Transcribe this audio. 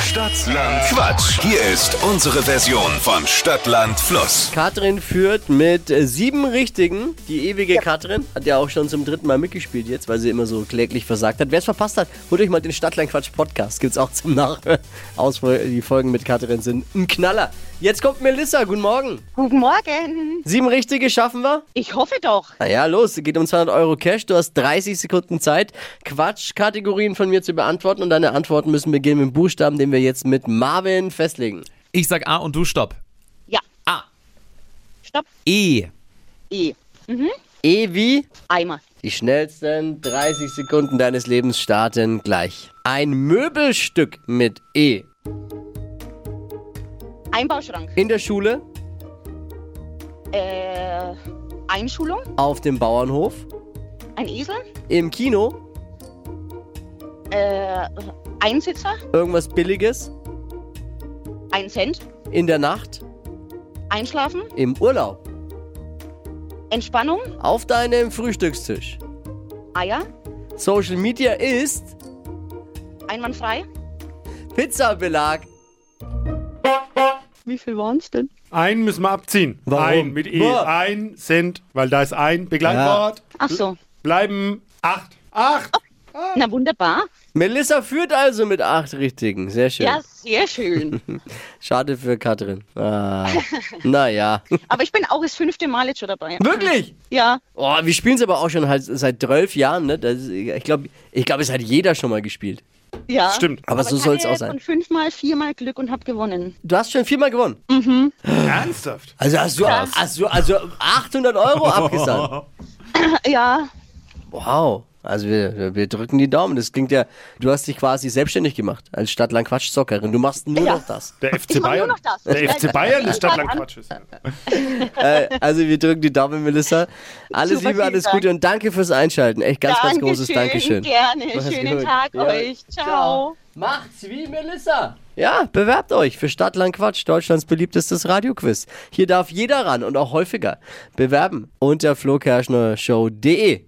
Stadtland Quatsch. Hier ist unsere Version von Stadtland Fluss. Katrin führt mit äh, sieben Richtigen. Die ewige Katrin hat ja auch schon zum dritten Mal mitgespielt jetzt, weil sie immer so kläglich versagt hat. Wer es verpasst hat, holt euch mal den Stadtland-Quatsch-Podcast. Gibt's auch zum Nachhören. Ausfol- Die Folgen mit Katrin sind ein Knaller. Jetzt kommt Melissa. Guten Morgen. Guten Morgen. Sieben Richtige schaffen wir? Ich hoffe doch. Naja, los. Geht um 200 Euro Cash. Du hast 30 Sekunden Zeit, Quatsch-Kategorien von mir zu beantworten. Und deine Antworten müssen beginnen mit dem Buchstaben, den wir jetzt mit Marvin festlegen. Ich sag A und du stopp. Ja. A. Stopp. E. E. E wie? Eimer. Die schnellsten 30 Sekunden deines Lebens starten gleich. Ein Möbelstück mit E. Einbauschrank. In der Schule, Äh, Einschulung. auf dem Bauernhof, Ein Esel. im Kino, Äh, Einsitzer. irgendwas Billiges, Ein Cent. in der Nacht, Einschlafen. im Urlaub, Entspannung. auf deinem Frühstückstisch. Eier. Social Media ist Einwandfrei. Pizzabelag. Wie viel waren's denn? Ein müssen wir abziehen. Warum? Ein mit E. Boah. Ein Cent, weil da ist ein Begleitwort. Ach so. Bleiben acht. Acht! Na wunderbar. Melissa führt also mit acht Richtigen. Sehr schön. Ja, sehr schön. Schade für Katrin. Ah, naja. Aber ich bin auch das fünfte Mal jetzt schon dabei. Wirklich? Ja. Oh, wir spielen es aber auch schon halt seit zwölf Jahren. Ne? Das, ist- ich glaube, ich glaub, es hat jeder schon mal gespielt. Ja. Stimmt. Aber, so ich soll es hatte auch sein. Von fünfmal, viermal Glück und hab gewonnen. Du hast schon viermal gewonnen. Ernsthaft? Also hast du, hast du also 800 Euro abgesagt. Ja. Wow. Also wir, wir drücken die Daumen. Das klingt ja, du hast dich quasi selbstständig gemacht als Stadtland Quatschzockerin. Du machst nur Ja. noch das. Der Ich FC mach nur Bayern. noch das. Der Also, FC Bayern ich ist fang Stadtland an. Quatsches. Äh, also wir drücken die Daumen, Melissa. Alles Super, Liebe, vielen alles Dank. Gute und danke fürs Einschalten. Echt ganz, ganz großes Dankeschön. Gerne. Mach's Schönen gut. Tag Ja. euch. Ciao. Macht's wie Melissa. Ja, bewerbt euch für Stadtland Quatsch, Deutschlands beliebtestes Radioquiz. Hier darf jeder ran und auch häufiger bewerben unter flokerschnershow.de.